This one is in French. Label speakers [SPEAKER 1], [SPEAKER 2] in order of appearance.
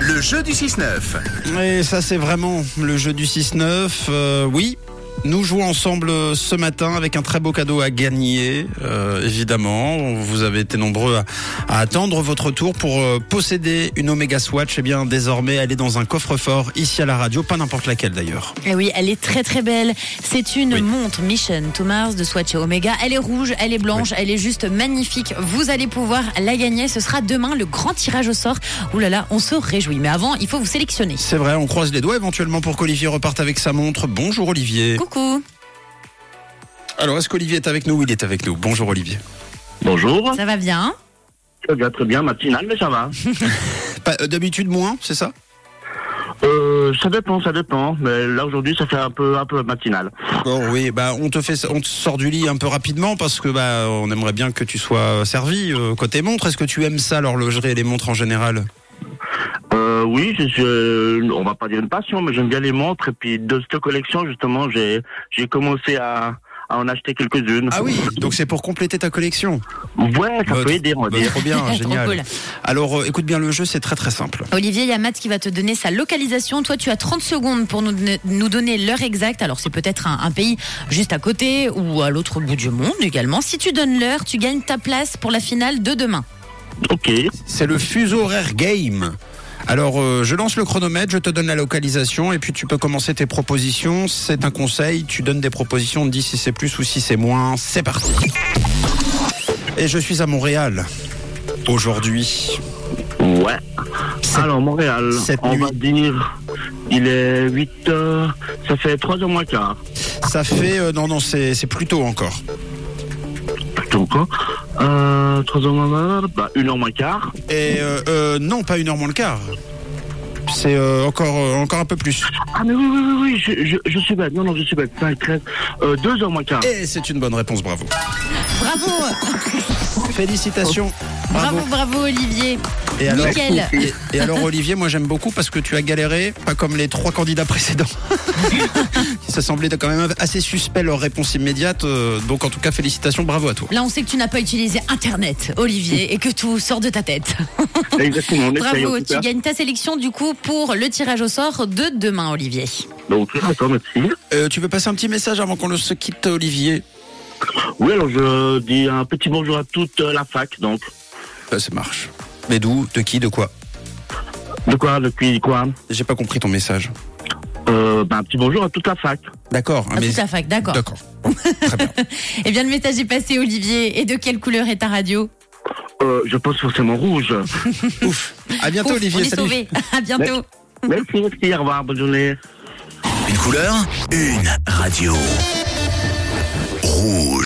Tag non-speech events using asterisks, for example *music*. [SPEAKER 1] Le jeu du 6-9.
[SPEAKER 2] Et ça, c'est vraiment le jeu du 6-9. Euh, oui, nous jouons ensemble euh, ce matin avec un très beau cadeau à gagner, euh, évidemment. Vous avez été nombreux à, à attendre votre tour pour euh, posséder une Omega Swatch. Eh bien, désormais, elle est dans un coffre-fort ici à la radio, pas n'importe laquelle d'ailleurs.
[SPEAKER 3] Eh oui, elle est très très belle. C'est une
[SPEAKER 2] Oui.
[SPEAKER 3] montre Mission to Mars de Swatch et Omega. Elle est rouge, elle est blanche, elle est juste magnifique. Vous allez pouvoir la gagner. Ce sera demain le grand tirage au sort. Ouh là là, on se réjouit. Mais avant, il faut vous sélectionner.
[SPEAKER 2] C'est vrai, on croise les doigts éventuellement pour qu'Olivier reparte avec sa montre. Bonjour Olivier.
[SPEAKER 3] Coucou.
[SPEAKER 2] Alors, est-ce qu'Olivier est avec nous Oui, il est avec nous. Bonjour Olivier.
[SPEAKER 4] Bonjour.
[SPEAKER 3] Ça va bien
[SPEAKER 4] Ça va très bien, matinale, mais ça va.
[SPEAKER 2] Pas- euh, D'habitude moins, c'est ça
[SPEAKER 4] Euh, ça dépend, ça dépend. Mais là, aujourd'hui, ça fait un peu, un peu matinale.
[SPEAKER 2] D'accord, oui, bah on te fait, on te sort du lit un peu rapidement parce que bah on aimerait bien que tu sois servi euh, côté montre. Est-ce que tu aimes ça l'horlogerie et les montres en général
[SPEAKER 4] Euh, oui, je, je- on va pas dire une passion, mais j'aime bien les montres. Et puis, de cette collection, justement, j'ai, j'ai commencé à, à en acheter quelques-unes.
[SPEAKER 2] Ah oui, donc c'est pour compléter ta collection.
[SPEAKER 4] Ouais, ça
[SPEAKER 2] Bah,
[SPEAKER 4] peut
[SPEAKER 2] tr-
[SPEAKER 4] aider, on va
[SPEAKER 2] bah,
[SPEAKER 4] dire.
[SPEAKER 2] trop bien,
[SPEAKER 3] *laughs* Trop
[SPEAKER 2] génial.
[SPEAKER 3] cool.
[SPEAKER 2] Alors euh, écoute bien le jeu, c'est très très simple.
[SPEAKER 3] Olivier, il y a Matt qui va te donner sa localisation. Toi, tu as 30 secondes pour nous, donner- nous donner l'heure exacte. Alors, c'est peut-être un, un pays juste à côté ou à l'autre bout du monde également. Si tu donnes l'heure, tu gagnes ta place pour la finale de demain.
[SPEAKER 4] Ok.
[SPEAKER 2] C'est le fuseau horaire game. Alors euh, je lance le chronomètre, je te donne la localisation et puis tu peux commencer tes propositions. C'est un conseil, tu donnes des propositions, on te dit si c'est plus ou si c'est moins. C'est parti. Et je suis à Montréal aujourd'hui.
[SPEAKER 4] Ouais. Alors, Montréal,
[SPEAKER 2] cette
[SPEAKER 4] on
[SPEAKER 2] nuit.
[SPEAKER 4] va dire, il est 8 heures, ça fait 3 heures moins quart.
[SPEAKER 2] Ça fait. euh, non, non, c'est c'est plus tôt encore.
[SPEAKER 4] Plutôt quoi? Euh, 3 heures moins quart, bah, 1 heure moins quart.
[SPEAKER 2] Et euh, euh, non, pas une heure moins le quart. C'est euh, encore, euh, encore un peu plus.
[SPEAKER 4] Ah mais oui, oui, oui, oui, je, je, je suis bête. Non, non, je suis bête. 5, 13, euh, 2 heures
[SPEAKER 2] *laughs*
[SPEAKER 4] moins quart.
[SPEAKER 2] Et c'est une bonne réponse, bravo.
[SPEAKER 3] Bravo,
[SPEAKER 2] Félicitations.
[SPEAKER 3] Oh. bravo, bravo, Olivier.
[SPEAKER 2] Et alors,
[SPEAKER 3] Nickel.
[SPEAKER 2] et, et alors Olivier, moi j'aime beaucoup parce que tu as galéré, pas comme les trois candidats
[SPEAKER 3] *laughs*
[SPEAKER 2] précédents. Ça semblait quand même assez suspect leur réponse immédiate. euh, donc en tout cas, félicitations, bravo à toi.
[SPEAKER 3] Là, on sait que tu n'as pas utilisé Internet, Olivier, et que tout sort de ta tête.
[SPEAKER 4] Exactement, on essaye en
[SPEAKER 3] Bravo,
[SPEAKER 4] tout
[SPEAKER 3] tu
[SPEAKER 4] cas.
[SPEAKER 3] gagnes ta sélection du coup pour le tirage au sort de demain, Olivier.
[SPEAKER 2] Ah,
[SPEAKER 4] Donc, attends, merci.
[SPEAKER 2] Euh, tu veux passer un petit message avant qu'on le se quitte, Olivier
[SPEAKER 4] Oui, alors je dis un petit bonjour à toute euh, la fac, donc.
[SPEAKER 2] Euh, Ça marche. Mais d'où De qui De quoi
[SPEAKER 4] De quoi Depuis quoi
[SPEAKER 2] J'ai pas compris ton message.
[SPEAKER 4] euh, bah, Un petit bonjour à toute la fac.
[SPEAKER 2] D'accord.
[SPEAKER 3] Ah,
[SPEAKER 2] mais-
[SPEAKER 3] Tout à fait, d'accord.
[SPEAKER 2] D'accord. Bon, Très bien.
[SPEAKER 3] Eh bien, le message est passé, Olivier. Et de quelle couleur est ta radio
[SPEAKER 4] Euh, je pense forcément rouge.
[SPEAKER 2] Ouf. À bientôt,
[SPEAKER 3] Ouf,
[SPEAKER 2] Olivier.
[SPEAKER 3] On est
[SPEAKER 2] Salut.
[SPEAKER 3] sauvés. *laughs* À bientôt.
[SPEAKER 4] merci, merci, au revoir, bonne journée.
[SPEAKER 1] Une couleur, une radio. Rouge.